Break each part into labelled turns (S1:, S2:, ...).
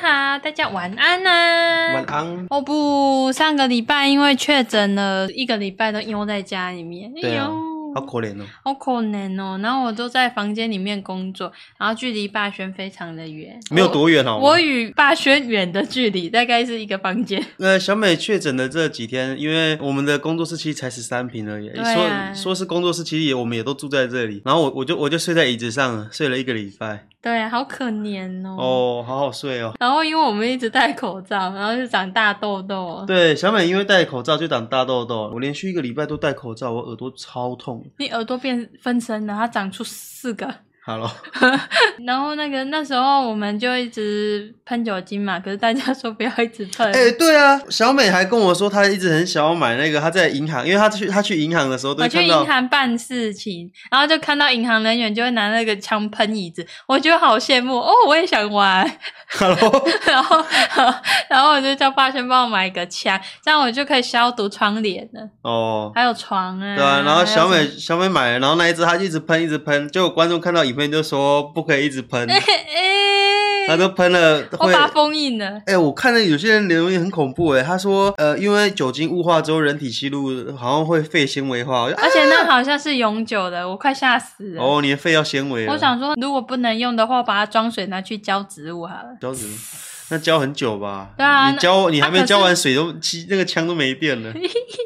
S1: 哈，大家晚安呐、
S2: 晚安。
S1: 哦不，上个礼拜因为确诊了，一个礼拜都窝在家里面，哎
S2: 对啊
S1: 呦，
S2: 好可怜哦，
S1: 好可怜哦。然后我都在房间里面工作，然后距离霸轩非常的远，
S2: 没有
S1: 我。
S2: 多远哦好吗
S1: 我？与霸轩远的距离大概是一个房间，
S2: 呃，小美确诊的这几天，因为我们的工作室其实才十三平而已，
S1: 对啊
S2: 说说是工作室，其实也我们也都住在这里。然后我我就我就睡在椅子上了，睡了一个礼拜。
S1: 对，啊好可怜哦。
S2: 哦，好好睡哦。
S1: 然后因为我们一直戴口罩，然后就长大痘哦痘。
S2: 对，小美因为戴口罩就长大痘痘，我连续一个礼拜都戴口罩，我耳朵超痛。
S1: 你耳朵变分身了，它长出四个。
S2: 好了，
S1: 然后那个那时候我们就一直喷酒精嘛，可是大家说不要一直喷。
S2: 哎、对啊，小美还跟我说，她一直很想要买那个，她在银行，因为她去她去银行的时候都
S1: 我
S2: 会
S1: 去
S2: 看
S1: 银
S2: 到，
S1: 行办事情，然后就看到银行人员就会拿那个枪喷椅子，我觉得好羡慕哦，我也想玩。
S2: 哈喽，
S1: 然后， 然后我就叫爸先帮我买一个枪，这样我就可以消毒窗帘了，
S2: 哦，
S1: 还有床啊。
S2: 对啊，然后小
S1: 还有
S2: 美
S1: 什么，
S2: 小美买了，然后那一只她就一直喷一直喷，结果观众看到影片就说不可以一直 喷，
S1: 哎、
S2: 她
S1: 哎
S2: 都喷了
S1: 我
S2: 会。
S1: 把它封印了。
S2: 哎、我看了有些人留言很恐怖哎、他说呃，因为酒精雾化之后，人体吸入好像会肺纤维化，我就啊
S1: 而且那好像是永久的，我快吓死 了。
S2: 哦，你的肺要纤维了，
S1: 我想说，如果不能用的话，我把它装水拿去浇植物好了。
S2: 胶纸，那浇很久吧？
S1: 对啊
S2: 你浇你还
S1: 啊可
S2: 没
S1: 是
S2: 浇完水都气那个枪都没电 了。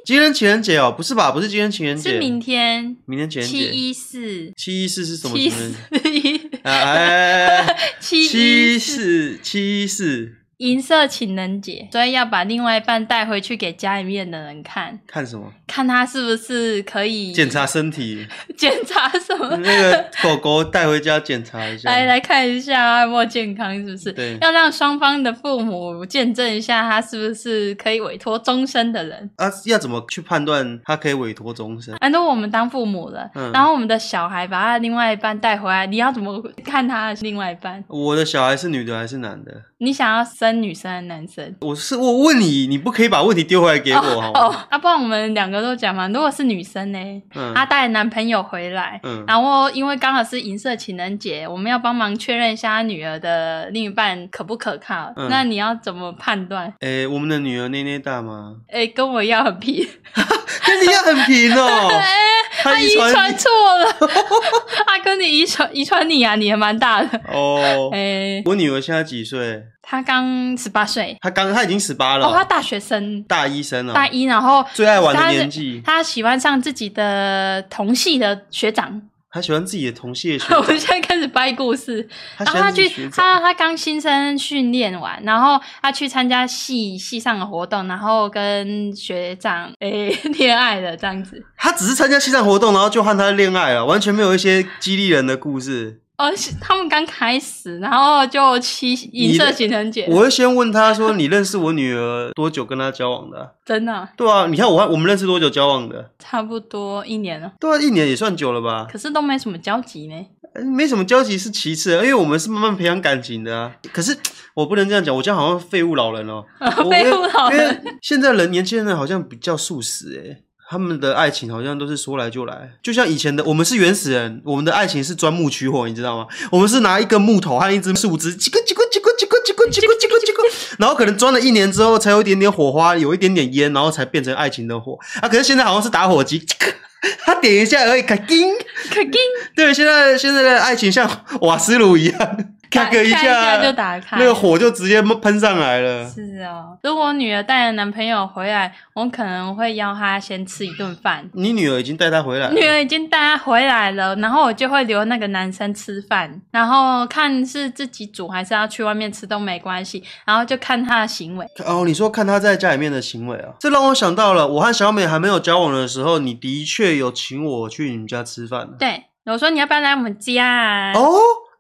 S2: 今天情人节哦，不是吧？不是今天情人节，
S1: 是明天
S2: 明天情人
S1: 七
S2: 节。
S1: 一四
S2: 七一四是什么
S1: 七
S2: 情人
S1: 四
S2: 节？啊哎，哎哎
S1: 七
S2: 七
S1: 一
S2: 四七一四
S1: 银色情人节，所以要把另外一半带回去给家里面的人看，
S2: 看什么？
S1: 看他是不是可以
S2: 检查嗯身体，
S1: 检查什
S2: 那
S1: 么。
S2: 个狗狗带回家检查一下。
S1: 来来看一下他有没有健康，是不是？
S2: 对
S1: 要让双方的父母见证一下，他是不是可以委托终身的人。
S2: 啊，要怎么去判断他可以委托终身？
S1: 反正我们当父母了，
S2: 嗯
S1: 然后我们的小孩把他另外一半带回来，你要怎么看他的另外一半？
S2: 我的小孩是女的还是男的？
S1: 你想要生女生还是男生？
S2: 我是我问你，你不可以把问题丢回来给我好吗？
S1: 哦，啊，不然我们两个都讲嘛。如果是女生呢，
S2: 嗯
S1: 她带男朋友回来，
S2: 嗯
S1: 然后因为刚好是银色情人节，我们要帮忙确认一下她女儿的另一半可不可靠。
S2: 嗯
S1: 那你要怎么判断？
S2: 诶，我们的女儿内内大吗？
S1: 哎，跟我要 很皮，
S2: 跟你一样很平 哦。他
S1: 哎她遗传错了， 她跟你遗传遗传你啊，你还蛮大的。
S2: 哦。
S1: 哎，
S2: 我女儿现在几岁？
S1: 她刚十八岁，
S2: 她刚她已经十八了
S1: 哦，她
S2: 哦，
S1: 大学生，
S2: 大一生了，
S1: 大一，然后
S2: 最爱玩的
S1: 她是
S2: 年纪。
S1: 她喜欢上自己的同系的学长。
S2: 她喜欢自己的同系的学
S1: 我
S2: 长，
S1: 们现在开始掰故事。
S2: 她
S1: 然
S2: 喜
S1: 后他
S2: 欢自己
S1: 去，
S2: 学长。
S1: 他他刚新生训练完，然后他去参加系系上的活动，然后跟学长诶 恋爱了这样子。
S2: 她只是参加西藏活动，然后就和他恋爱了，完全没有一些激励人的故事。
S1: 哦，是他们刚开始，然后就七银色情人节，
S2: 我会先问她说：“你认识我女儿多久？跟她交往的啊、
S1: 真的啊
S2: 对啊，你看我我们认识多久交往的？
S1: 差不多一年了，
S2: 对啊，一年也算久了吧？
S1: 可是都没什么交集 呢。
S2: 呃没什么交集是其次，因为我们是慢慢培养感情的啊。可是我不能这样讲，我这样好像废物老人 哦、我
S1: 废物老人
S2: 因为因为现在人年轻人好像比较素食诶、他们的爱情好像都是说来就来，就像以前的我们是原始人，我们的爱情是钻木取火，你知道吗？我们是拿一根木头和一只树枝，叽咕叽咕叽咕叽咕叽咕叽咕叽咕叽咕，然后可能钻了一年之后才有一点点火花，有一点点烟，然后才变成爱情的火啊。可是现在好像是打火机， 叽咕他点一下而已，咔叮。
S1: 可叮，
S2: 对，现在现在的爱情像瓦斯炉 一样，咔
S1: 打
S2: 个
S1: 开
S2: 下，
S1: 就打开
S2: 那个火就直接喷上来了。
S1: 是哦，如果我女儿带了男朋友回来，我可能会邀她先吃一顿饭，
S2: 你女儿已经带她回来
S1: 女
S2: 了，
S1: 儿已经带她回来了，然后我就会留那个男生吃饭，然后看是自己煮还是要去外面吃都没关系，然后就看他的行为。
S2: 哦，你说看她在家里面的行为啊，这让我想到了，我和小美还没有交往的时候，你的确有请我去你们家吃 饭
S1: 对，我说你要不要来我们家啊？
S2: 哦，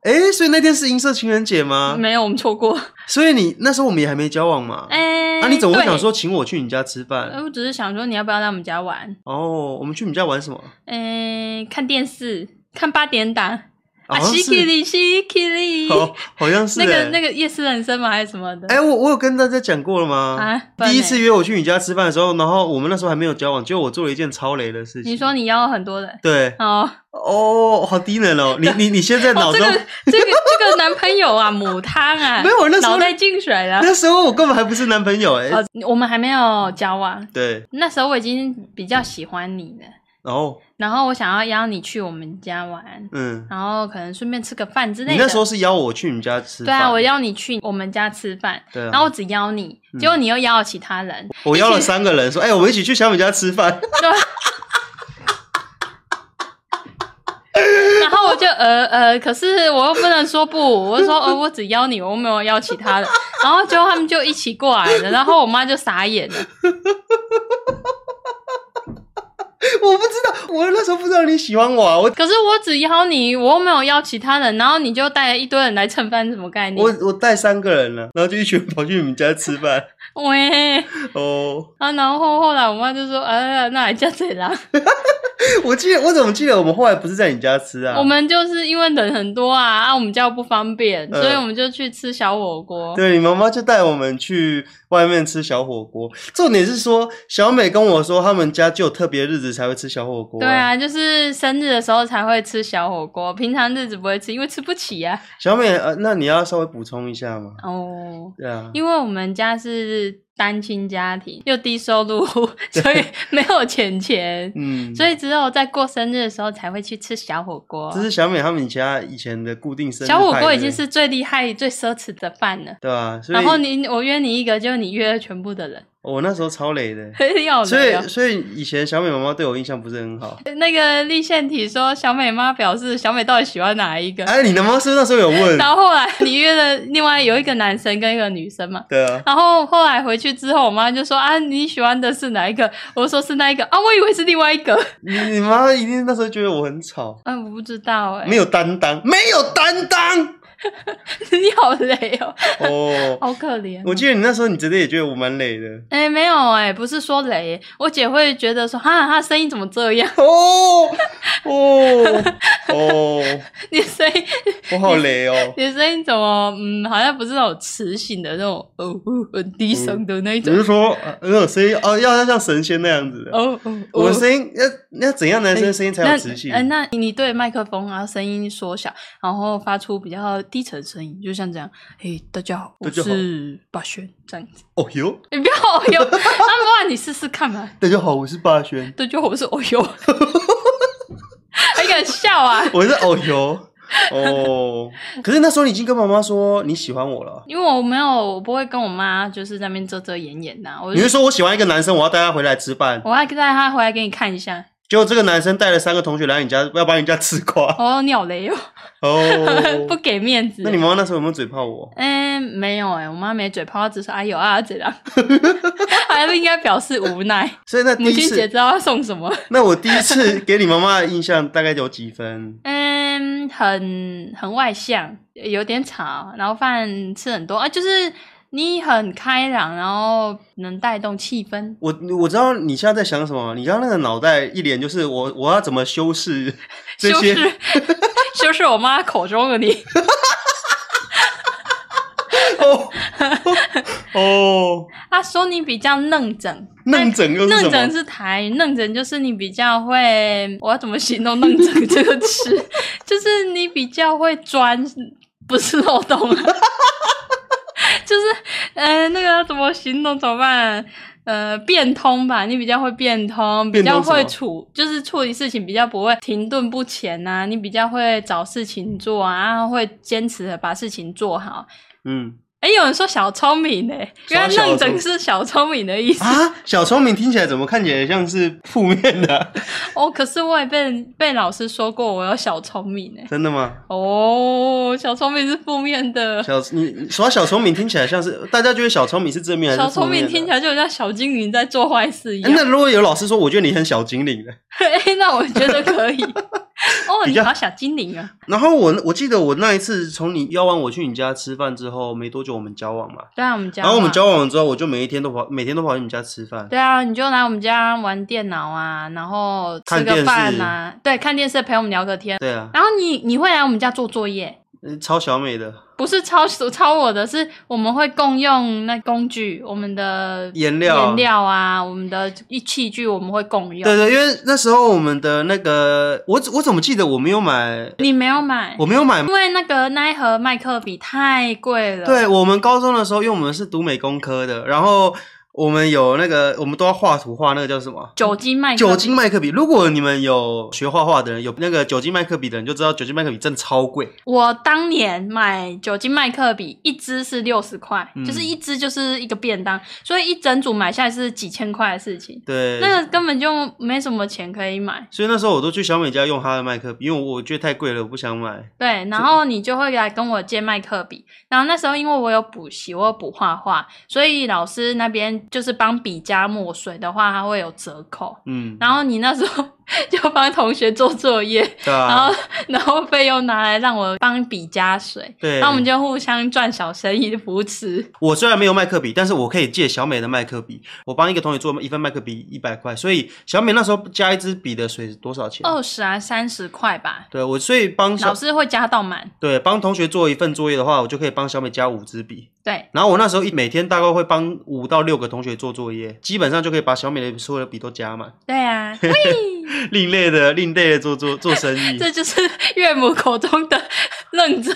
S2: 诶，所以那天是银色情人节吗？
S1: 没有，我们错过。
S2: 所以你那时候我们也还没交往嘛？
S1: 嗯哎、
S2: 那、你怎么会想
S1: 对？
S2: 说请我去你家吃
S1: 呃
S2: 饭？
S1: 我只是想说你要不要来我们家玩？
S2: 哦，我们去你家玩什么？
S1: 嗯、看电视，看八点档。啊，
S2: 好像
S1: 西
S2: 是
S1: 奇里，西奇里，
S2: 好，好像是
S1: 那
S2: 诶
S1: 个那个夜市人生嘛，还是什么的？
S2: 哎、我我有跟大家讲过了吗？
S1: 啊不然
S2: 第一
S1: 嘞
S2: 次约我去你家吃饭的时候，然后我们那时候还没有交往，结果我做了一件超雷的事情。
S1: 你说你邀了很多人
S2: 对
S1: 哦。
S2: 哦，好低能哦！你你你现在脑
S1: 哦，这
S2: 中、
S1: 个这个这个的男朋友啊，母汤 啊，
S2: 没有那时候
S1: 脑袋进水了。
S2: 那时候我根本还不是男朋友哎、
S1: 啊哦，我们还没有交往，
S2: 对，
S1: 那时候我已经比较喜欢你了，
S2: 然后
S1: 然后我想要邀你去我们家玩，
S2: 嗯，
S1: 然后可能顺便吃个饭之类
S2: 你
S1: 的。
S2: 那时候是邀我去你们家吃
S1: 对啊，
S2: 饭
S1: 我邀你去我们家吃饭，
S2: 对啊
S1: 然后我只邀你，结果你又邀了其他人，
S2: 我邀了三个人说，哎、我们一起去小米家吃饭，
S1: 然后我就呃呃，可是我又不能说不，我就说呃，我只邀你，我没有邀其他人。然后结果他们就一起过来了，然后我妈就傻眼了。
S2: 我不知道，我那时候不知道你喜欢我、啊，我
S1: 可是我只邀你，我又没有邀其他人，然后你就带了一堆人来蹭饭，什么概念？
S2: 我我带三个人了、然后就一群人跑去你们家吃饭
S1: 喂
S2: 哦。
S1: 啊，然后后来我妈就说，呃，那还叫谁啦？
S2: 我记得我怎么记得我们后来不是在你家吃啊？
S1: 我们就是因为人很多啊，啊，我们家又不方便，
S2: 嗯
S1: 所以我们就去吃小火锅。
S2: 对你妈妈就带我们去外面吃小火锅，重点是说小美跟我说他们家只有特别日子才会吃小火锅、
S1: 对，啊，就是生日的时候才会吃小火锅，平常日子不会吃，因为吃不起啊。
S2: 小美呃，那你要稍微补充一下吗？
S1: 哦，
S2: 对啊，
S1: 因为我们家是单亲家庭，又低收入户，所以没有钱钱，
S2: 嗯，
S1: 所以只有在过生日的时候才会去吃小火锅
S2: 这。是小美他们家以前的固定生日
S1: 小火
S2: 派
S1: 锅
S2: 对
S1: 已经是最厉害、最奢侈的饭了。
S2: 对啊，所以哦
S1: 然后你我约你一个，就你约了全部的人，，
S2: 我那时候超累的
S1: 要
S2: 所
S1: 累哦
S2: 以所以以前小美妈妈对我印象不是很好。
S1: 那个立宪体说，小美妈表示小美到底喜欢哪一 个？
S2: 哎，你的妈是不是那时候有问？
S1: 然后后来你约了另外有一个男生跟一个女生嘛，
S2: 对啊，
S1: 然后后来回去之后，我妈就说啊，你喜欢的是哪一个？我说是那一个啊，我以为是另外一 个。
S2: 你你妈一定那时候觉得我很吵，
S1: 嗯，我不知道哎、
S2: 没有担当，没有担当
S1: 你好累哦，
S2: 哦。
S1: 好可怜哦、
S2: 我记得你那时候你真的也觉得我蛮累的
S1: 哎、没有哎、不是说雷、我姐会觉得说，哈，她声音怎么这样？
S2: 哦哦哦，
S1: 你的声音，
S2: 我好累哦。
S1: 你的声音怎么，嗯，好像不是那种磁性的那种，哦，哦很低声的那一
S2: 只
S1: 种，
S2: 是说呃那种声音哦，要要像神仙那样子的。
S1: 哦哦，
S2: 我的
S1: 音
S2: 声音要要怎样男生的声音才有磁性
S1: 哎那？呃那你对麦克风啊，声音缩小，然后发出比较低沉声音，就像这样，嘿、大家好，我
S2: 大家好
S1: 是霸轩，这样子。
S2: 哦哟，
S1: 你不要哦哟，那、不然你试试看嘛。
S2: 大家好，我是霸轩，
S1: 对，就我是哦 哟，还敢笑啊？
S2: 我是哦哟。哦，可是那时候你已经跟妈妈说你喜欢我了。
S1: 因为我没有，我不会跟我妈就是在那边遮遮掩掩的、我哦
S2: 你
S1: 就是
S2: 说我喜欢一个男生，我要带他回来吃饭，
S1: 我还带她回来给你看一下。
S2: 结果这个男生带了三个同学来你家，要把你家吃垮。
S1: 哦，你好雷哦，，
S2: 哦
S1: 不给面子
S2: 那。你妈妈那时候有没有嘴炮我？
S1: 嗯，没有哎、我妈没嘴炮，她只说哎呦啊这样， 还不应该表示无奈。
S2: 所 以那第
S1: 母
S2: 一
S1: 亲节
S2: 次，
S1: 知道要送什么？
S2: 那我第一次给你妈妈的印象大概有几分？
S1: 嗯，很很外向，有点吵，然后饭吃很多啊，就是你很开朗，然后能带动气氛。
S2: 我我知道你现在在想什么，你刚刚那个脑袋一脸就是我我要怎么修 饰这
S1: 修
S2: 些
S1: 饰 修饰我妈口中的你。
S2: 哦哦，
S1: 她说你比较愣整，
S2: 嫩整又是什
S1: 愣整
S2: 么？
S1: 是台语，愣整就是你比较会，我要怎么形容愣整这个词？ 就是你比较会钻，不是漏洞啊， 就是呃，那个要怎么形容怎么办？呃，变通吧，你比较会变通，比
S2: 变通
S1: 较会
S2: 什么
S1: 处，就是处理事情比较不会停顿不前呐、你比较会找事情做啊，然后会坚持的把事情做好。
S2: 嗯
S1: 哎，有人说小聪明呢、原来
S2: 小小
S1: 愣整
S2: 聪
S1: 是小聪明的意思。
S2: 啊，小聪明听起来怎么看起来像是负面的 啊、
S1: 哦，可是我也被被老师说过我有小聪明哎。
S2: 真的吗？
S1: 哦，小聪明是负面的，
S2: 小你你说小聪明听起来像是大家觉得小聪明是正面还是
S1: 小
S2: 负
S1: 聪
S2: 面
S1: 明
S2: 的
S1: 听起来就很像小精灵在做坏事一
S2: 哎
S1: 样。
S2: 那如果有老师说，我觉得你很小精灵的，
S1: 哎、 那我觉得可以。哦，
S2: 比
S1: 你
S2: 较
S1: 好小精灵啊！
S2: 然后我我记得我那一次从你邀完我去你家吃饭之后，没多久我们交往嘛，
S1: 对啊，我们家。
S2: 然后我们。交往了之后，我就每一天都跑，每天都跑去你家吃饭，
S1: 对啊，你就来我们家玩电脑啊，然后吃
S2: 看
S1: 个
S2: 电视
S1: 饭啊，对，看电视陪我们聊个天。
S2: 对啊，
S1: 然后你你会来我们家做作业，
S2: 嗯超小美的，
S1: 不是抄抄我的，是我们会共用那工具，我们的
S2: 颜料
S1: 颜料啊，我们的一器具我们会共用。
S2: 对对，因为那时候我们的那个，我我怎么记得我没有买，
S1: 你没有买，
S2: 我没有买
S1: 因。为那个那一盒麦克笔太贵了。
S2: 对我们高中的时候，因为我们是读美工科的，然后我们有那个，我们都要画图画，那个叫什么？
S1: 酒精麦克
S2: 酒精麦克笔。如果你们有学画画的人，有那个酒精麦克笔的人，就知道酒精麦克笔真的超贵。
S1: 我当年买酒精麦克笔，一支是六十块，
S2: 嗯
S1: 就是一支就是一个便当，所以一整组买下来是几千块的事情，
S2: 对，
S1: 那个根本就没什么钱可以买。
S2: 所以那时候我都去小美家用她的麦克笔，因为我觉得太贵了，我不想买。
S1: 对，然后你就会来跟我借麦克笔。然后那时候因为我有补习，我有补画画，所以老师那边就是帮笔加墨水的话，它会有折扣。
S2: 嗯，
S1: 然后你那时候就帮同学做作业，
S2: 对 啊，
S1: 然后然后费用拿来让我帮笔加水，
S2: 对，
S1: 那我们就互相赚小生意的扶持。
S2: 我虽然没有麦克笔，但是我可以借小美的麦克笔。我帮一个同学做一份麦克笔一百块，所以小美那时候加一支笔的水是多少钱？
S1: 二十啊三十块吧，
S2: 对我，所以帮
S1: 老
S2: 小
S1: 师会加到满。
S2: 对帮同学做一份作业的话，我就可以帮小美加五支笔。
S1: 对，
S2: 然后我那时候一每天大概会帮五到六个同学做作业，基本上就可以把小美的所有的笔都加满。
S1: 对啊，喂，
S2: 另类的另类的做做做生意，
S1: 这就是岳母口中的认真。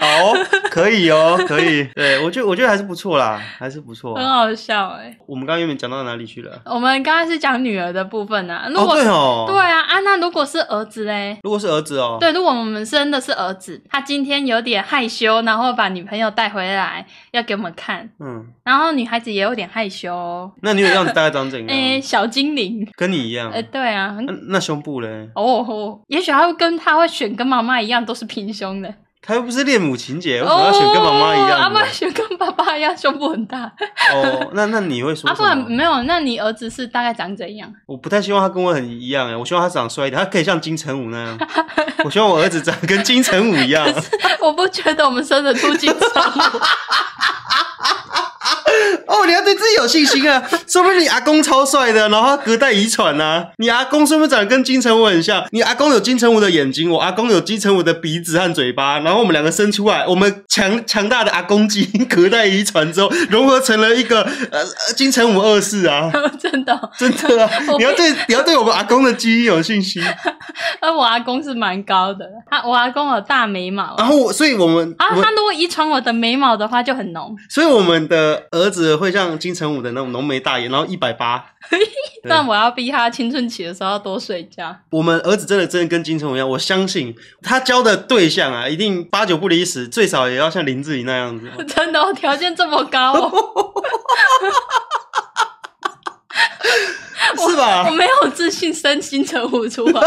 S2: 好哦、可以哦，可以。对我觉得我觉得还是不错啦，还是不错。
S1: 很好笑哎、
S2: 我们刚刚原本讲到哪里去了？
S1: 我们刚才是讲女儿的部分啊，如
S2: 哦，
S1: 果、
S2: 对哦，
S1: 对啊啊，那如果是儿子嘞？
S2: 如果是儿子哦，
S1: 对，如果我们生的是儿子，他今天有点害羞，然后把女朋友带回来要给我们看，
S2: 嗯，
S1: 然后女孩子也有点害羞哦，
S2: 那你有样子大概长怎
S1: 诶、
S2: 样？
S1: 小精灵，
S2: 跟你一样
S1: 呃，。对啊，很
S2: 那那胸部嘞？
S1: 哦，也许他会跟他会选跟妈妈一样都是平胸的，
S2: 他又不是恋母情节，为什么要选跟妈妈一
S1: 哦阿
S2: 样的
S1: 妈？选跟爸爸一样胸部很大，
S2: 哦，那那你会说
S1: 啊，
S2: 什
S1: 不然
S2: 么？
S1: 没有，那你儿子是大概长怎样？
S2: 我不太希望他跟我很一样哎，我希望他长帅一点，他可以像金城武那样。我希望我儿子长得跟金城武一样。
S1: 我不觉得我们生得出啊金城 武，
S2: 哦，你要对自己有信心啊！说不定你阿公超帅的，然后他隔代遗传呐。你阿公说不定长得跟金城武很像，你阿公有金城武的眼睛，我阿公有金城武的鼻子和嘴巴，然后我们两个生出来，我们强强大的阿公基因隔代遗传之后，融合成了一个呃呃金城武二世啊！
S1: 真的哦、
S2: 真的啊，你要对你要对我们阿公的基因有信心。
S1: 而我阿公是蛮高的，他我阿公有大眉毛。
S2: 然后我，所以我们
S1: 啊，
S2: 我
S1: 他如果遗传我的眉毛的话，就很浓，
S2: 所以我们的儿子会像金城武的那种浓眉大眼，然后一百八。对
S1: 但我要逼他青春期的时候要多睡觉。
S2: 我们儿子真的真的跟金城武一样，我相信他交的对象啊，一定八九不离十，最少也要像林志颖那样子。
S1: 真的、哦，条件这么高、哦，
S2: 是
S1: 我
S2: 吧？
S1: 没有自信生金城武出 来。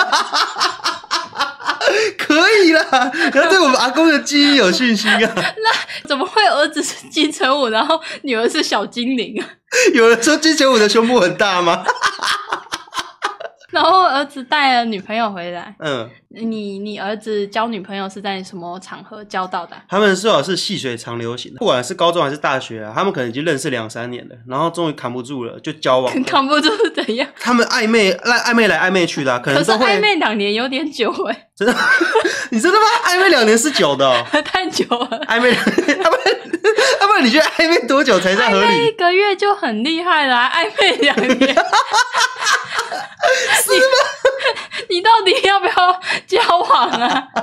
S2: 可以 啦，你要对我们阿公的记忆有信心 啊！
S1: 怎么会儿子是金城武，然后女儿是小精灵 啊？
S2: 有人说金城武的胸部很大 吗？
S1: 然后儿子带了女朋友回来，
S2: 嗯，
S1: 你你儿子交女朋友是在什么场合交到的啊、
S2: 他们最好是细水长流型的，不管是高中还是大学啊，他们可能已经认识两三年了，然后终于扛不住了，就交往了。
S1: 扛不住是怎样？
S2: 他们暧昧来暧昧来暧昧去的啊、可
S1: 可
S2: 能
S1: 是
S2: 都
S1: 暧
S2: 会
S1: 昧两年有点久哎、
S2: 真的。你真的吗？暧昧两年是久的、哦，
S1: 太久了。
S2: 暧昧， 要不然要不然你觉得暧昧多久才算合
S1: 暧昧一
S2: 理？
S1: 个月就很厉害啦、暧昧两 年，是吗？你 到底要不要交往啊？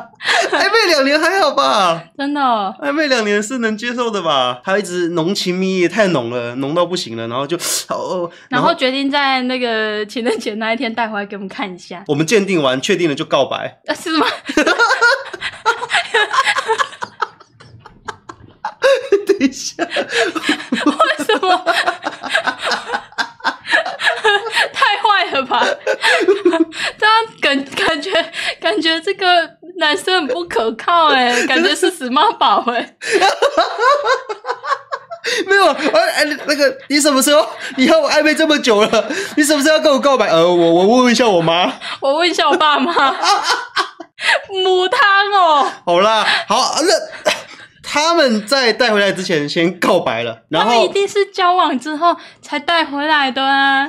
S2: 暧昧两年还好吧？
S1: 真的哦、
S2: 暧昧两年是能接受的吧？还有一直浓情蜜意，太浓了，浓到不行了，然后就好哦，
S1: 然后决定在那个情人节那一天带回来给我们看一下，
S2: 我们鉴定完，确定了就告白。
S1: 啊、是吗？
S2: 等一下，
S1: 为什么？ 太坏了吧！ 这样感感觉感觉这个男生很不可靠哎、 感觉是死妈宝哎、
S2: 没有，哎哎，那个你什么时候？你和我暧昧这么久了，你什么时候要跟我告白？呃，我我问一下我妈。
S1: 我问一下我爸妈， 母汤哦，
S2: 好啦，好，啊那他们在带回来之前先告白了，然
S1: 他们
S2: 后
S1: 一定是交往之后才带回来的啊。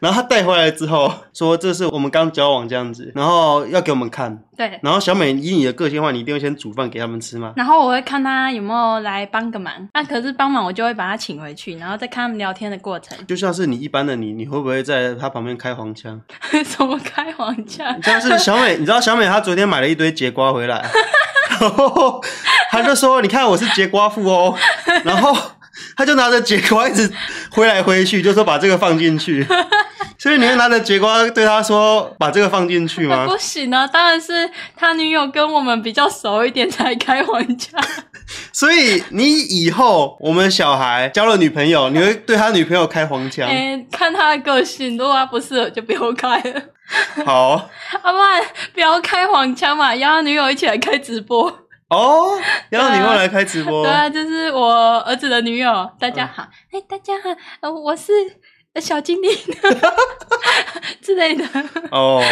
S2: 然后他带回来之后说这是我们刚交往这样子，然后要给我们看。
S1: 对，
S2: 然后小美以你的个性的话，你一定会先煮饭给他们吃嘛。
S1: 然后我会看他有没有来帮个忙，那可是帮忙我就会把他请回去，然后再看他们聊天的过程，
S2: 就像是你一般的你，你会不会在他旁边开黄腔？
S1: 怎么开黄腔？
S2: 像是小美，你知道小美她昨天买了一堆节瓜回来，然后她就说：“你看我是节瓜富哦。”然后她就拿着节瓜一直挥来挥去，就说把这个放进去。所以你会拿着节瓜对她说：“把这个放进去吗
S1: 不行啊，当然是他女友跟我们比较熟一点才开黄腔。？”
S2: 所以你以后我们小孩交了女朋友，你会对他女朋友开黄腔？
S1: 哎、看他的个性，如果他不适合就不要开了，
S2: 好
S1: 啊不然不要开黄腔嘛，邀他女友一起来开直播。
S2: 哦，然后你
S1: 对啊
S2: 会来开直播
S1: 对，啊，就是我儿子的女友，大家好，哎、大家好，呃，我是呃小精灵之类的，
S2: 哦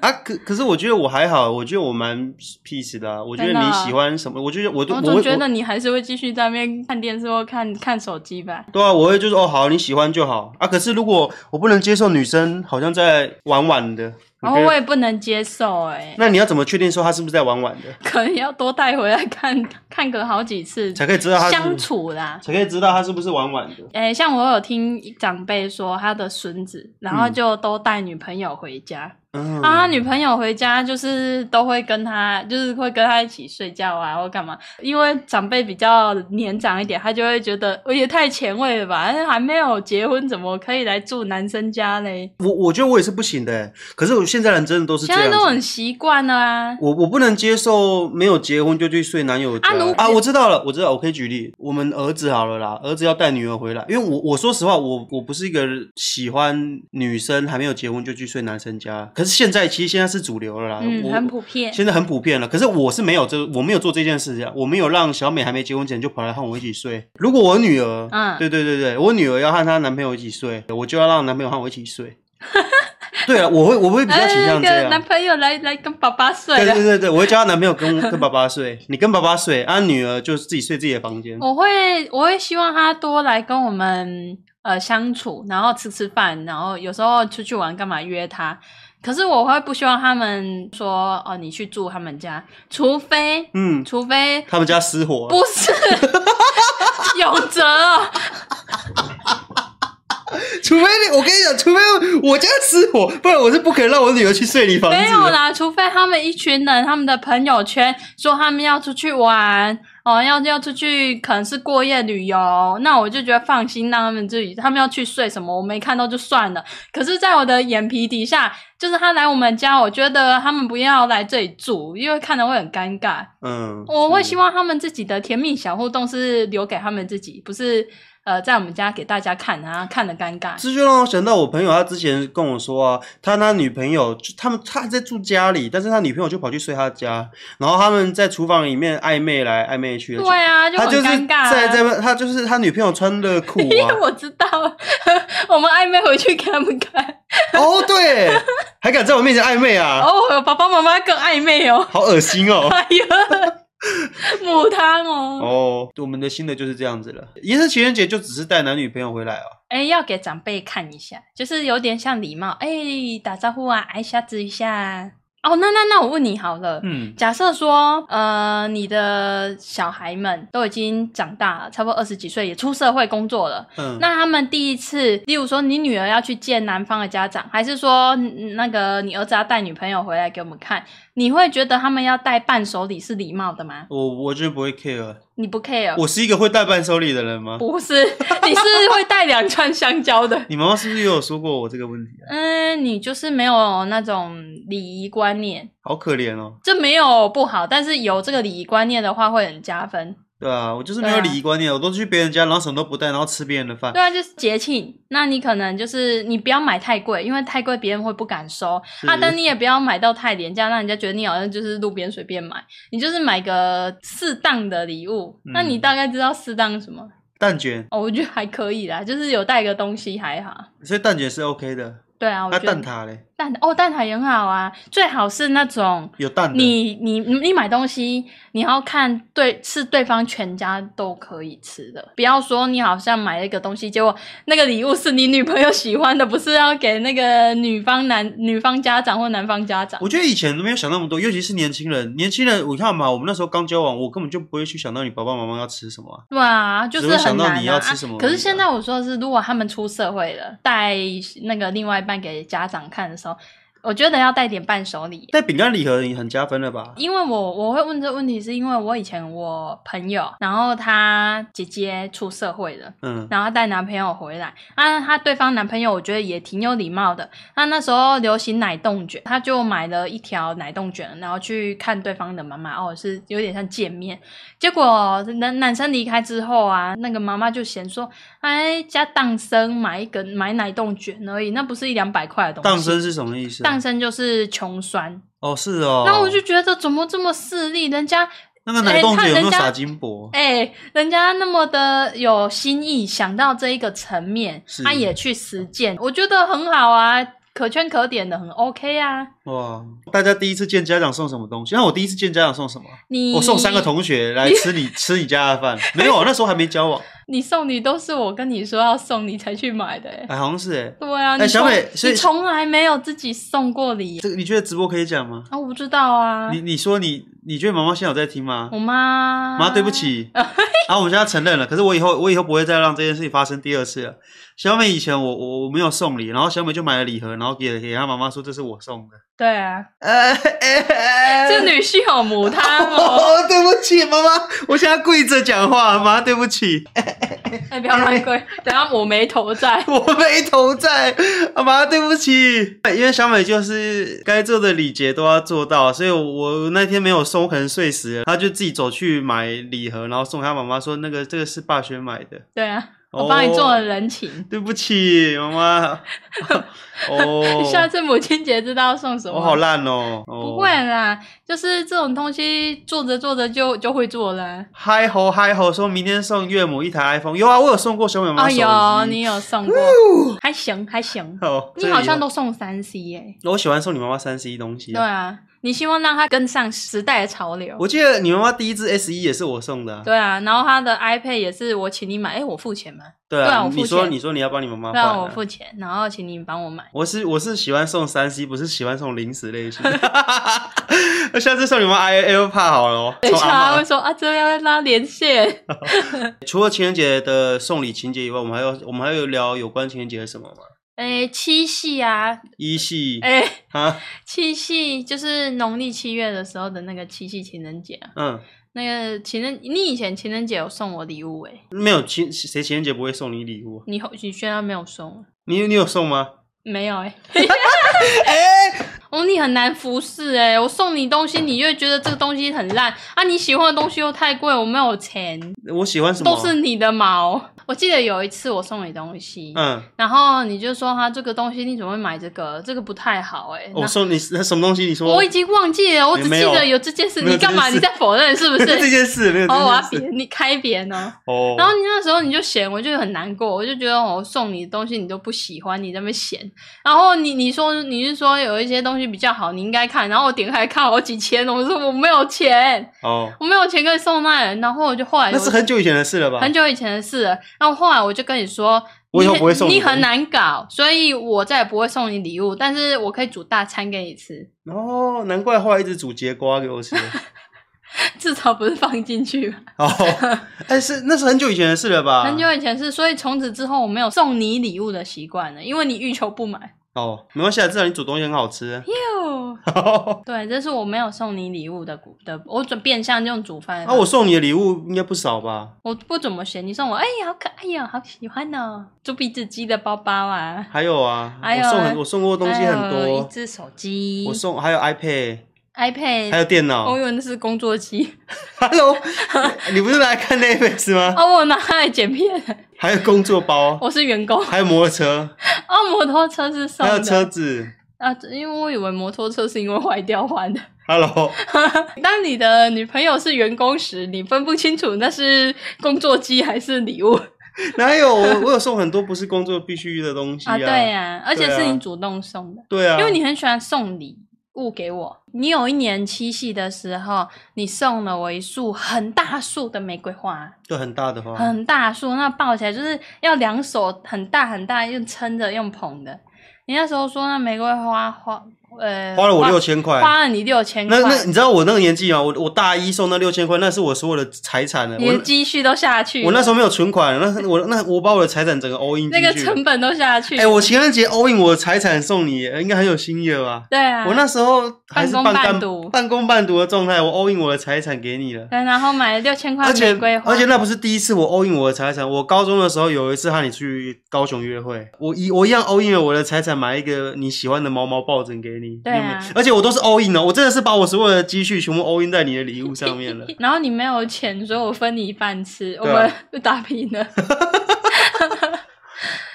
S2: 啊，可可是我觉得我还好，我觉得我蛮 peace 的、啊。我觉得
S1: 真的
S2: 你
S1: 啊
S2: 喜欢什么，我觉得我都
S1: 我
S2: 我
S1: 总
S2: 会
S1: 觉得你还是会继续在那边看电视或看看手机吧。
S2: 对啊，我会就是哦，好，你喜欢就好啊。可是如果我不能接受女生好像在玩玩的，
S1: 然哦后我
S2: OK？
S1: 也不能接受、哎，
S2: 那你要怎么确定说她是不是在玩玩的，
S1: 可能要多带回来看看个好几次，
S2: 才可以知道她是
S1: 相
S2: 不是
S1: 处啦。
S2: 才可以知道她是不是玩玩的？
S1: 哎、像我有听长辈说，他的孙子，然后就都带女朋友回家，
S2: 嗯，
S1: 啊，他女朋友回家就是都会跟他，就是会跟他一起睡觉啊，或干嘛。因为长辈比较年长一点，他就会觉得哦我也太前卫了吧，哎还没有结婚，怎么可以来住男生家嘞？
S2: 我我觉得我也是不行的欸。可是我现在人真的都是这
S1: 现在都
S2: 样
S1: 很
S2: 子。
S1: 习惯了啊。
S2: 我我不能接受没有结婚就去睡男友家
S1: 啊如
S2: 啊！我知道了，我知道，我可以举例，我们儿子好了啦，儿子要带女儿回来，因为我我说实话，我我不是一个喜欢女生还没有结婚就去睡男生家，可是现在其实现在是主流了啦，
S1: 嗯，
S2: 啊我
S1: 很普遍。
S2: 现在很普遍了，可是我是没有这，我没有做这件事情，我没有让小美还没结婚前就跑来和我一起睡。如果我女儿，
S1: 嗯
S2: 对对对对，我女儿要和她男朋友一起睡，我就要让男朋友和我一起睡。 对啊，我会我会比较倾
S1: 哎，
S2: 向
S1: 那
S2: 这
S1: 个男
S2: 样。
S1: 朋友来来跟爸爸睡啊
S2: 对对
S1: 了，
S2: 对对，我会叫她男朋友跟跟爸爸睡，你跟爸爸睡，啊女儿就自己睡自己的房间。
S1: 我会我会希望他多来跟我们呃相处，然后吃吃饭，然后有时候出去玩干嘛约他。可是我会不希望他们说哦，你去住他们家，除非
S2: 嗯，
S1: 除非
S2: 他们家失火了，
S1: 不是永泽哦，
S2: 除非你我跟你讲，除非我家失火，不然我是不可能让我女儿去睡你房子的。
S1: 没有啦，除非他们一群人，他们的朋友圈说他们要出去玩哦，要要出去，可能是过夜旅游，那我就觉得放心，让他们自己，他们要去睡什么，我没看到就算了。可是，在我的眼皮底下，就是他来我们家，我觉得他们不要来这里住，因为看了会很尴尬。
S2: 嗯，
S1: 我会
S2: 是
S1: 希望他们自己的甜蜜小互动是留给他们自己，不是呃在我们家给大家看，然后看的尴尬。
S2: 这就让我想到我朋友，他之前跟我说啊，他那女朋友就他们他还在住家里，但是他女朋友就跑去睡他家，然后他们在厨房里面暧昧来暧昧去的。
S1: 对啊，就
S2: 他
S1: 很
S2: 就是
S1: 尴尬、啊。
S2: 在在他就是他女朋友穿热裤啊，
S1: 我知道，我们暧昧回去给他们看。
S2: 哦对，还敢在我面前暧昧啊，
S1: 哦，爸爸妈妈更暧昧哦。
S2: 好恶心 哦。
S1: 哎呀， 母汤哦。
S2: 哦，我们的新的就是这样子了。也是情人节就只是带男女朋友回来哦。
S1: 哎、要给长辈看一下，就是有点像礼貌。哎、打招呼啊，挨下子一下啊。哦，那那那我问你好了。
S2: 嗯，
S1: 假设说，呃，你的小孩们都已经长大了，差不多二十几岁，也出社会工作了，
S2: 嗯
S1: 那他们第一次，例如说你女儿要去见男方的家长，还是说嗯那个你儿子要带女朋友回来给我们看，你会觉得他们要带伴手礼是礼貌的吗？
S2: 我我就不会 care，
S1: 你不 care？
S2: 我是一个会带伴手礼的人吗？
S1: 不是，你是会带两串香蕉 的。
S2: 你妈妈是不是也有说过我这个问题啊？
S1: 嗯，你就是没有那种礼仪观念，
S2: 好可怜哦。
S1: 这没有不好，但是有这个礼仪观念的话会很加分。
S2: 对啊，我就是没有
S1: 对啊
S2: 礼仪观念，我都去别人家，然后什么都不带，然后吃别人的饭。
S1: 对啊，就是节庆，那你可能就是你不要买太贵，因为太贵别人会不敢收
S2: 是
S1: 啊。但你也不要买到太廉价，让人家觉得你好像就是路边随便买，你就是买个适当的礼物。那你
S2: 嗯
S1: 大概知道适当什么？
S2: 蛋卷，
S1: 哦，我觉得还可以啦，就是有带个东西还好。
S2: 所以蛋卷是 OK 的。
S1: 对啊，我
S2: 那
S1: 觉得
S2: 蛋挞嘞？
S1: 蛋哦，蛋挞也很好啊，最好是那种
S2: 有蛋的，
S1: 你你你买东西，你要看对是对方全家都可以吃的，不要说你好像买了一个东西，结果那个礼物是你女朋友喜欢的，不是要给那个女方男女方家长或男方家长。
S2: 我觉得以前没有想那么多，尤其是年轻人，年轻人，我看嘛，我们那时候刚交往，我根本就不会去想到你爸爸妈妈要吃什么、啊。
S1: 对啊，就
S2: 只
S1: 是
S2: 会想
S1: 很
S2: 到
S1: 难、啊、
S2: 你要吃什么
S1: 可
S2: 而
S1: 是
S2: 已
S1: 现
S2: 啊
S1: 在我说的是，如果他们出社会了，带那个另外一半给家长看的时候，我觉得要带点伴手礼。
S2: 但饼干礼盒也很加分了吧？
S1: 因为我我会问这个问题，是因为我以前我朋友，然后她姐姐出社会了，
S2: 嗯，
S1: 然后她带男朋友回来，啊，她对方男朋友我觉得也挺有礼貌的。那那时候流行奶冻卷，她就买了一条奶冻卷，然后去看对方的妈妈，哦，是有点像见面。结果男男生离开之后啊，那个妈妈就嫌说，哎，加当生买一个买奶冻卷而已，那不是一两百块的东
S2: 当
S1: 西。
S2: 生是什么意思啊？
S1: 当生就是穷酸，
S2: 哦，是哦。
S1: 那我就觉得怎么这么势利？人家
S2: 那个奶冻卷有没
S1: 哎看人
S2: 有
S1: 家
S2: 撒金箔？
S1: 哎、人家那么的有心意，想到这一个层面
S2: 是，
S1: 他也去实践，我觉得很好啊，可圈可点的，很 OK 啊。
S2: 哇！大家第一次见家长送什么东西？那我第一次见家长送什么？
S1: 你
S2: 我送三个，同学来吃 你吃你家的饭，没有，那时候还没交往，
S1: 你送你都是我跟你说要送你才去买的、欸，
S2: 哎，好像是哎。
S1: 对啊，
S2: 哎
S1: 你
S2: 小
S1: 从
S2: 美所以
S1: 你从来没有自己送过礼啊
S2: 这个你觉得直播可以讲吗？
S1: 啊，我不知道啊，嗯
S2: 你你说你你觉得妈妈现在有在听吗
S1: 我？妈
S2: 妈，对不， 起，啊，我们现在承认了，可是我以后我以后不会再让这件事情发生第二次了。小美以前我我我没有送礼，然后小美就买了礼盒，然后给给她妈妈说这是我送的。
S1: 对啊，
S2: 呃，哎哎
S1: 这女婿有母汤哦，
S2: 哦，对不起，妈妈，我现在跪着讲话，妈，对不起，
S1: 哎、不要乱跪，等下我没头在。
S2: 我没头在，啊妈，对不起。因为小美就是该做的礼节都要做到，所以我那天没有送，我可能睡死了，她就自己走去买礼盒，然后送她妈妈说那个这个是霸轩买的。
S1: 对啊，我帮你做了人情。
S2: 对不起，妈 妈。哦，
S1: 下次母亲节知道送什么？
S2: 我好烂哦。哦
S1: 不会。啦，就是这种东西做着做着就就会做了。
S2: 嗨吼嗨吼，说明天送岳母一台 iPhone。有啊，我有送过小美妈
S1: 哎
S2: 手机。
S1: 呦，你有 送过，还行还行。
S2: 哦，
S1: 你好像
S2: 都
S1: 都送三 C 耶、
S2: 我喜欢送你妈妈三 C 东西。
S1: 对啊，你希望让它跟上时代的潮流。
S2: 我记得你妈妈第一支 S 一也是我送的啊、
S1: 对啊，然后他的 iPad 也是我请你买，哎，我付钱吗？
S2: 对
S1: 对啊
S2: 啊，
S1: 我
S2: 你
S1: 付
S2: 说
S1: 钱
S2: 你说你要帮你妈妈
S1: 对
S2: 换、
S1: 啊，我付钱，然后请你帮我买。
S2: 我是我是喜欢送三 C，不是喜欢送零食类型。 那下次送你们 i AirPod 好了 哦。
S1: 等一
S2: 送阿
S1: 下
S2: 嬷
S1: 会说啊，这要拉连 线。
S2: 除了情人节的送礼情节以外，我们还有我们还有聊有关情人节的什么吗？
S1: 哎，七夕啊，
S2: 一系
S1: 哎，
S2: 啊，
S1: 七夕就是农历七月的时候的那个七夕情人节啊。
S2: 嗯，
S1: 那个情人，你以前情人节有送我礼物诶、欸
S2: 没有情谁情人节不会送你礼物？啊
S1: 你后你居然没有送，啊
S2: 你你有送吗？
S1: 没有 诶、欸。
S2: 哎
S1: 哦，你很难服侍诶、我送你东西，你又觉得这个东西很烂啊，你喜欢的东西又太贵，我没有钱，
S2: 我喜欢什么？
S1: 都是你的毛。我记得有一次我送你东西，
S2: 嗯，
S1: 然后你就说哈、啊这个东西你怎么会买这个？这个不太好诶、
S2: 我
S1: 那
S2: 送你那什么东西？你说
S1: 我已经忘记了，我只
S2: 哦没
S1: 记
S2: 有
S1: 得有这件事，
S2: 没有
S1: 你干嘛？
S2: 这件事
S1: 你在否认是不是？
S2: 这件事 没有这
S1: 哦，我要
S2: 件事
S1: 扁你开扁哦。
S2: 哦，
S1: 然后你那时候你就嫌，我就很难过，我就觉得哦我送你的东西你都不喜欢，你在那边嫌。然后你你说你是说有一些东西比较好，你应该看。然后我点开看好几千，哦我说我没有钱，
S2: 哦，
S1: 我没有钱可以送那人。然后我就后来
S2: 那是很久以前的事了吧？
S1: 我很久以前的事了。然后后来我就跟你说，
S2: 我以后
S1: 你
S2: 不会送
S1: 你
S2: 你
S1: 很难搞，所以我再也不会送你礼物，但是我可以煮大餐给你吃，
S2: 哦，难怪后来一直煮节瓜给我吃。
S1: 至少不是放进去吧。
S2: 哦，哎、是那是很久以前的事了吧？
S1: 很久以前是，所以从此之后我没有送你礼物的习惯了，因为你欲求不满。
S2: 哦，没关系啊，至少你煮东西很好吃。哦
S1: 哟对，这是我没有送你礼物的股的，我准变相用煮饭。
S2: 啊，我送你的礼物应该不少吧？
S1: 我不怎么选，你送我，哎呀，好可爱呀、好喜欢哦，猪鼻子鸡的包包啊，
S2: 还有啊，
S1: 还有
S2: 我送
S1: 啊
S2: 很我送过东西很
S1: 还有一哦
S2: 多，
S1: 只手机，
S2: 我送还有 iPad，还
S1: iPad，
S2: 有电脑
S1: 我。以为那是工作机，
S2: Hello，你不是来看 Netflix 吗？
S1: 哦，我拿它来剪片，
S2: 还有工作包，
S1: 我是员工，
S2: 还有摩托车，
S1: 哦，摩托车是送
S2: 还有
S1: 的，
S2: 车子。
S1: 啊，因为我以为摩托车是因为坏掉换的。
S2: Hello，
S1: 当你的女朋友是员工时，你分不清楚那是工作机还是礼物。
S2: 哪有我我有送很多不是工作必须的东西
S1: 啊，对呀、而且是
S2: 对啊
S1: 你主动送的，
S2: 对啊，
S1: 因为你很喜欢送礼物给我。你有一年七夕的时候，你送了我一束很大束的玫瑰花，
S2: 对很大的花，
S1: 很大束，那抱起来就是要两手很大很大，用撑着用捧的。你那时候说那玫瑰花花，呃，
S2: 花了我六千块。
S1: 花了你六千块
S2: 那，那你知道我那个年纪啊，我我大一送那六千块，那是我所有的财产了。
S1: 你
S2: 我
S1: 的积蓄都下去了，
S2: 我那时候没有存款，那我那我把我的财产整个 all in
S1: 那个
S2: 进去。
S1: 成本都下去
S2: 啊哎、
S1: 了。
S2: 我情人节 all in 我的财产送你，应该很有心意了吧？
S1: 对啊，
S2: 我那时候还是
S1: 半
S2: 半
S1: 工
S2: 干
S1: 半读
S2: 半工半读的状态，我 all in 我的财产给你了。
S1: 对，然后买了六千块
S2: 而且
S1: 玫瑰花，
S2: 而且那不是第一次我 all in 我的财产，我高中的时候有一次和你去高雄约会，我一我一样 all in 了我的财产买一个你喜欢的毛毛抱枕给你，
S1: 对啊
S2: 你有没有而且我都是 all in 哦，我真的是把我所有的积蓄全部 all in 在你的礼物上 面了。
S1: 然后你没有钱，所以我分你一半吃，我
S2: 对啊
S1: 们就打平 了，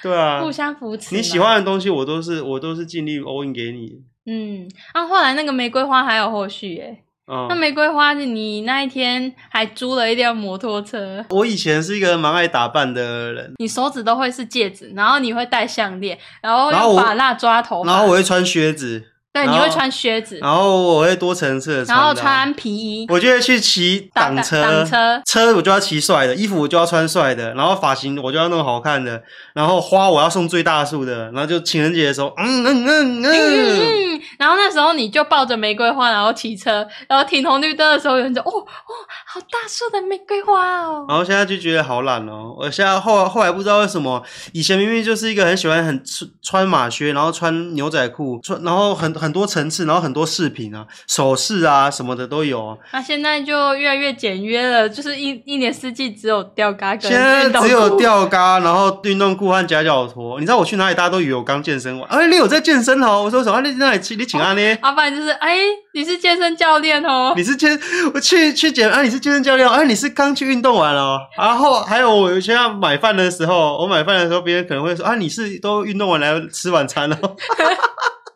S2: 对啊
S1: 互，相扶持嘛。
S2: 你喜欢的东西我都是我都是尽力 all in 给你。
S1: 嗯，然、后后来那个玫瑰花还有后续耶。
S2: 啊、
S1: 那玫瑰花，你那一天还租了一辆摩托车，
S2: 我以前是一个蛮爱打扮的人，
S1: 你手指都会是戒指，然后你会戴项链，然后
S2: 然后
S1: 用
S2: 我
S1: 发蜡抓头发，
S2: 然后我会穿靴子，
S1: 对，
S2: 然
S1: 你
S2: 后
S1: 会穿靴子，
S2: 然后我会多层次的
S1: 然
S2: 穿搭，
S1: 后穿皮衣，
S2: 我就会去骑
S1: 挡
S2: 挡车，
S1: 挡车
S2: 车我就要骑帅的，衣服我就要穿帅的，然后发型我就要弄好看的，然后花我要送最大束的，然后就情人节的时候，嗯嗯嗯嗯，
S1: 嗯，然后那时候你就抱着玫瑰花，然后骑车，然后停红绿灯的时候，有人就哦哦，好大束的玫瑰花哦，
S2: 然后现在就觉得好懒哦，我现在后后来不知道为什么，以前明明就是一个很喜欢很穿穿马靴，然后穿牛仔裤，穿然后很很多层次，然后很多饰品啊、首饰啊什么的都有啊，
S1: 那现在就越来越简约了，就是一一年四季只有吊嘎跟
S2: 现在
S1: 运动
S2: 只有
S1: 裤
S2: 吊嘎，然后运动裤和夹脚拖。你知道我去哪里，大家都以为我刚健身完。哎，你有在健身哦？我说什么？你那里去？你请安呢？
S1: 啊，不然就是哎、你是健身教练哦，
S2: 你是健，我去去减啊！你是健身教练啊！你是刚去运动完哦。然后还有我现在买饭的时候，我买饭的时候，别人可能会说啊，你是都运动完来吃晚餐哦。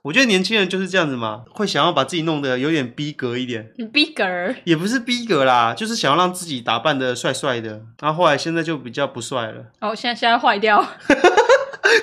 S2: 我觉得年轻人就是这样子嘛，会想要把自己弄得有点逼格一点，
S1: 你 bigger，
S2: 也不是逼格啦，就是想要让自己打扮的帅帅的。啊然后后来现在就比较不帅了，
S1: 哦，现在现在 坏掉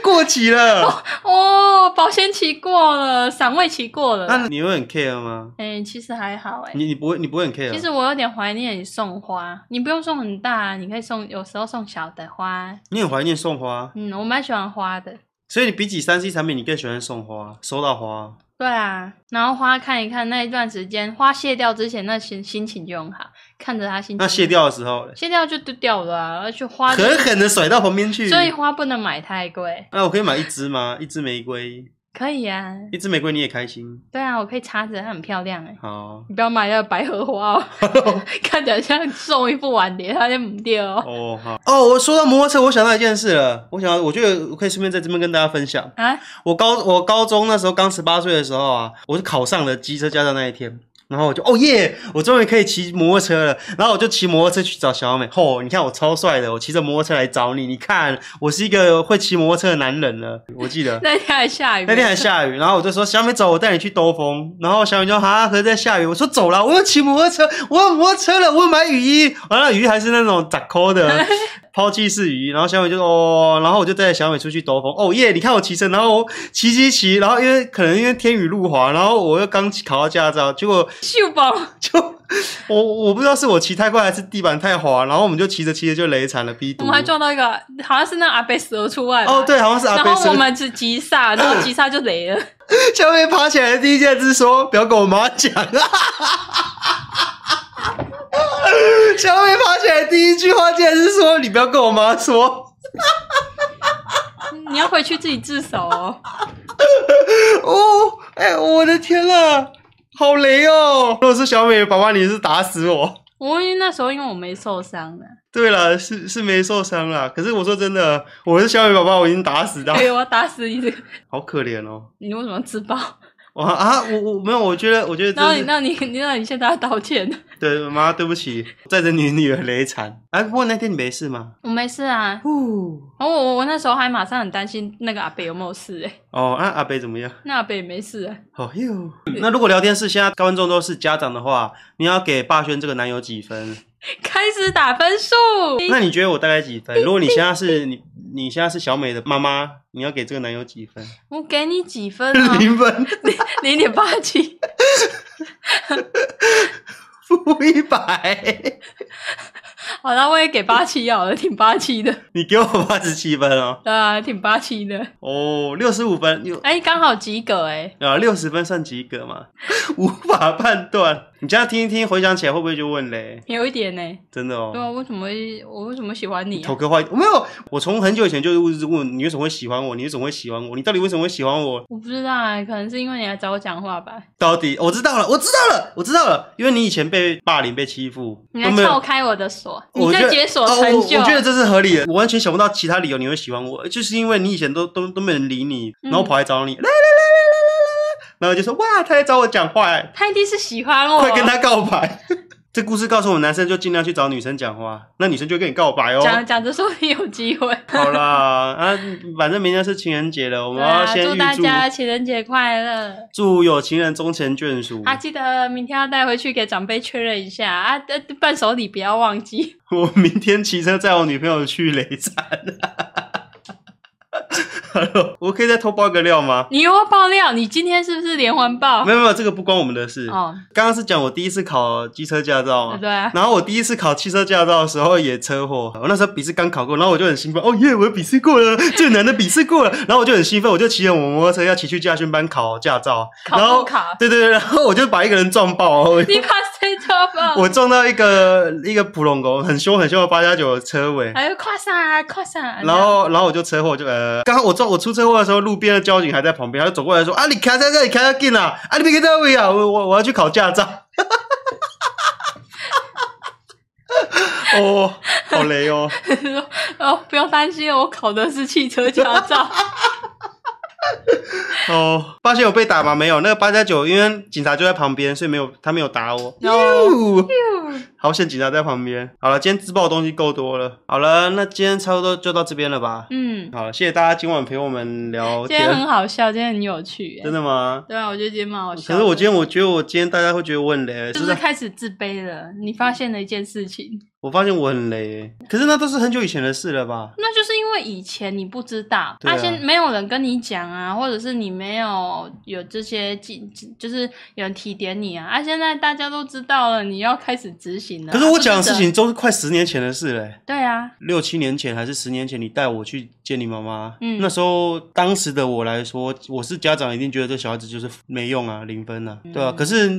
S2: 过期了。
S1: 哦，保鲜期过了，赏味期过了，
S2: 那你会很 care 吗？
S1: 哎、其实还好哎、
S2: 你你不会你不会很 care？
S1: 其实我有点怀念你送花，你不用送很大、你可以送，有时候送小的花。
S2: 你很怀念送花，
S1: 嗯，我蛮喜欢花的。
S2: 所以你比起三 C 产品，你更喜欢送花，收到花。
S1: 对啊，然后花看一看那一段时间，花谢掉之前那心心情就很好，看着它心情。
S2: 那卸掉的时候嘞，
S1: 卸掉就丢掉了、啊，而且花就
S2: 狠狠的甩到旁边去。
S1: 所以花不能买太贵。
S2: 那、我可以买一支吗？一支玫瑰，
S1: 可以啊，
S2: 一支玫瑰你也开心。
S1: 对啊，我可以插着，它很漂亮哎、
S2: 好
S1: 你不要买那个白荷花 哦，看起来像送一副碗碟，它就不掉哦。
S2: 哦好 哦，我说到摩托车，我想到一件事了。我想到，我觉得我可以顺便在这边跟大家分享。
S1: 啊，
S2: 我高我高中那时候刚十八岁的时候啊，我是考上了机车驾照那一天，然后我就哦耶，我终于可以骑摩托车了。然后我就骑摩托车去找小美，吼、你看我超帅的，我骑着摩托车来找你，你看我是一个会骑摩托车的男人了。我记 得
S1: 那天还下雨，
S2: 那天还下雨，然后我就说小美走，我带你去兜风。然后小美就哈，可是在下雨。我说走了，我要骑摩托车，我有摩托车了，我有买雨衣。完了，雨衣还是那种窄扣 的抛弃式雨衣。然后小美就说哦，然后我就带着小美出去兜风。哦耶，你看我骑车，然后我骑骑骑，然后因为可能因为天雨路滑，然后我又刚考到驾照，结果
S1: 秀宝，
S2: 就我我不知道是我骑太快还是地板太滑，然后我们就骑着骑着就雷惨了，逼
S1: 我
S2: 堵
S1: 们。还撞到一个，好像是那阿贝蛇出来吧
S2: 哦，，对，好像是阿
S1: 然
S2: 贝
S1: 后我
S2: 森。
S1: 们是急刹，然后急刹就雷 了。
S2: 小美爬起来的第一件事说：“不要跟我妈讲。”啊小美爬起来的第一句话竟然是说：“你不要跟我妈说。
S1: 你要回去自己自首哦。”
S2: 哦，哎、我的天啊，好雷哦！如果是小美，爸爸你是打死我。
S1: 我因为那时候因为我没受伤呢，啊
S2: 对了，是是没受伤啦。可是我说真的，我是小美爸爸，我已经打死他
S1: 所，以我要打死你这个，
S2: 好可怜哦。
S1: 你为什么要自爆？
S2: 哇啊，我我没有，我觉得我觉得
S1: 然后你，
S2: 真的
S1: 那你，你那你现在要道歉。
S2: 对妈，对不起，载着你女儿雷惨。哎、不过那天你没事吗？
S1: 我没事啊，
S2: 呼。
S1: 然后我我那时候还马上很担心那个阿北有没有事哎、
S2: 哦，那、阿北怎么样？
S1: 那阿北也没事、欸，
S2: 哦哟，那如果聊天室现在观众都是家长的话，你要给霸轩这个男友几分？
S1: 开始打分数。
S2: 那你觉得我大概几
S1: 嗯
S2: 分？如果你现在是你，你现在是小美的妈妈，你要给这个男友几分？
S1: 我给你几分 啊？
S2: 零分，
S1: 零点八七，
S2: 负一百。
S1: 好，那我也给八七好了，挺八七的，
S2: 你给我八十七分哦。
S1: 对啊，挺八七的。
S2: 哦，六十五分，六
S1: 哎、刚好及格哎、
S2: 啊六十分算及格 嘛？无法判断。你这样听一听，回想起来会不会就问嘞？
S1: 有一点呢、
S2: 真的哦。
S1: 对啊，为什么会我为什么喜欢你、
S2: 头
S1: 啊？
S2: 科幻没有，我从很久以前就一直问你为什么会喜欢我，你为什么会喜欢我，你到底为什么会喜欢我？
S1: 我不知道啊、可能是因为你来找我讲话吧。
S2: 到底我知道了，我知道了，我知道了，因为你以前被霸凌、被欺负，
S1: 你
S2: 都
S1: 来
S2: 没有
S1: 撬开我的锁，你
S2: 我觉
S1: 在
S2: 得
S1: 解锁
S2: 哦
S1: 成就。
S2: 我。我觉得这是合理的，我完全想不到其他理由你会喜欢我，就是因为你以前都都都没人理你，
S1: 嗯
S2: 然后我跑来找你，来来来来来来来，然后就说哇，他来找我讲话、欸，
S1: 他一定是喜欢我。
S2: 快跟他告白。
S1: 哦
S2: 这故事告诉我们，男生就尽量去找女生讲话，那女生就会跟你告白哦。
S1: 讲讲着说你有机会。
S2: 好啦，啊，反正明天是情人节 了，我们要
S1: 对
S2: 先
S1: 啊、
S2: 预
S1: 祝大家情人节快乐！
S2: 祝有情人终成眷属。
S1: 啊，记得明天要带回去给长辈确认一下啊，呃，伴手礼不要忘记。
S2: 我明天骑车载我女朋友去雷展。Hello，我可以再偷爆个料吗？
S1: 你又要爆料，你今天是不是连环爆
S2: 没？有没有，这个不关我们的事。
S1: 哦，
S2: 刚刚是讲我第一次考机车驾照嘛，
S1: 对啊，
S2: 然后我第一次考汽车驾照的时候也车祸，我那时候笔试刚考过，然后我就很兴奋，哦耶，我笔试过 了，最难的笔试过了，然后我就很兴奋，我就骑着我摩托车要骑去驾训班考驾照，
S1: 考
S2: 然
S1: 不
S2: 后
S1: 考？
S2: 对对对，然后我就把一个人撞爆，我
S1: 你怕谁抓爆？
S2: 我撞到一个一个普龙狗，很凶很凶的八加九的车尾，
S1: 还要跨上啊，跨上啊！
S2: 然后，然后我就车祸，就呃，刚刚我撞我出车祸的时候，路边的交警还在旁边，他就走过来说：“啊，你开在这里，开在近啊，啊，你别开在位啊，我我我要去考驾照。” 哦，好雷哦！
S1: 这样 哦，不用担心，我考的是汽车驾 照。
S2: 哦，发现我被打吗？没有，那个八加九，因为警察就在旁边，所以没有他没有打我。哟好险，警察在旁边。好了，今天自爆的东西够多了。好了，那今天差不多就到这边了吧？
S1: 嗯，
S2: 好了，谢谢大家今晚陪我们聊
S1: 今天
S2: 天
S1: 很。好笑，今天很有趣。
S2: 真的吗？
S1: 对啊，我觉得今天蛮好笑的。
S2: 可是我今天，我觉得我今天大家会觉得我很雷，
S1: 就
S2: 不
S1: 是
S2: 是？
S1: 开始自卑了，你发现了一件事情，
S2: 我发现我很雷，可是那都是很久以前的事了吧？
S1: 那就是因为以前你不知道，
S2: 对啊
S1: 现没有人跟你讲啊，或者是你没有有这些技，就是有人提点你啊，啊，现在大家都知道了，你要开始执行了啊。
S2: 可是我讲的事
S1: 不是
S2: 情都是快十年前的事嘞，
S1: 这，对啊，
S2: 六七年前还是十年前，你带我去见你妈妈，
S1: 嗯
S2: 那时候当时的我来说，我是家长一定觉得这小孩子就是没用啊，零分啊，对啊，
S1: 嗯
S2: 可是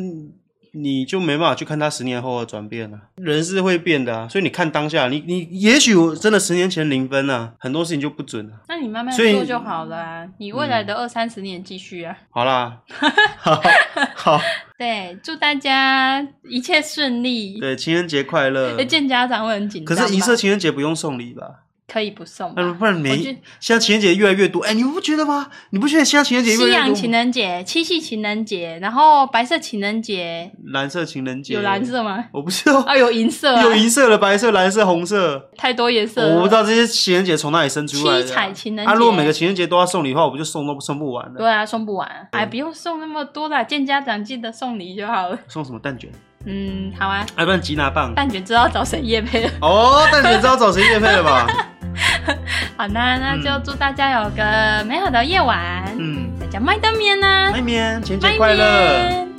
S2: 你就没办法去看他十年后的转变啊，人是会变的啊，所以你看当下，你你也许我真的十年前零分啊，很多事情就不准啊。
S1: 那你慢慢
S2: 所以嗯
S1: 做就好了啊，你未来的二三十年继续啊。
S2: 好啦， 好好，
S1: 对，祝大家一切顺利。哎
S2: 对，情人节快乐。
S1: 见家长会很紧
S2: 可
S1: 张吧，
S2: 是银色情人节不用送礼吧？
S1: 可以不送吧
S2: 那不然
S1: 我觉
S2: 没现在情人节越来越多，哎、你不觉得吗？你不觉得现在情人节越
S1: 西
S2: 来越
S1: 洋
S2: 多？
S1: 情人节、七夕情人节，然后白色情人节
S2: 蓝色情人节
S1: 有蓝，色 吗？
S2: 我不知道，
S1: 啊，有银色、啊，
S2: 有银色了、白色、蓝色、红色，
S1: 太多颜色了，
S2: 我不知道这些情人节从哪里生出来
S1: 呃七
S2: 的
S1: 彩
S2: 啊。
S1: 情人节，
S2: 啊，如果每个情人节都要送礼的话，我不就送都送不完了？
S1: 对啊，送不完，哎，不用送那么多啦，见家长记得送礼就好了。
S2: 送什么蛋卷？
S1: 嗯，好啊，
S2: 啊，不然吉拿 棒。
S1: 蛋卷知道找谁夜配了。
S2: 哦，蛋卷知道找谁夜配了吧？
S1: 好那那就祝大家有个美好的夜晚，
S2: 嗯，
S1: 大家麦当面啦，
S2: 外面情人节
S1: 麦
S2: 快乐。
S1: 面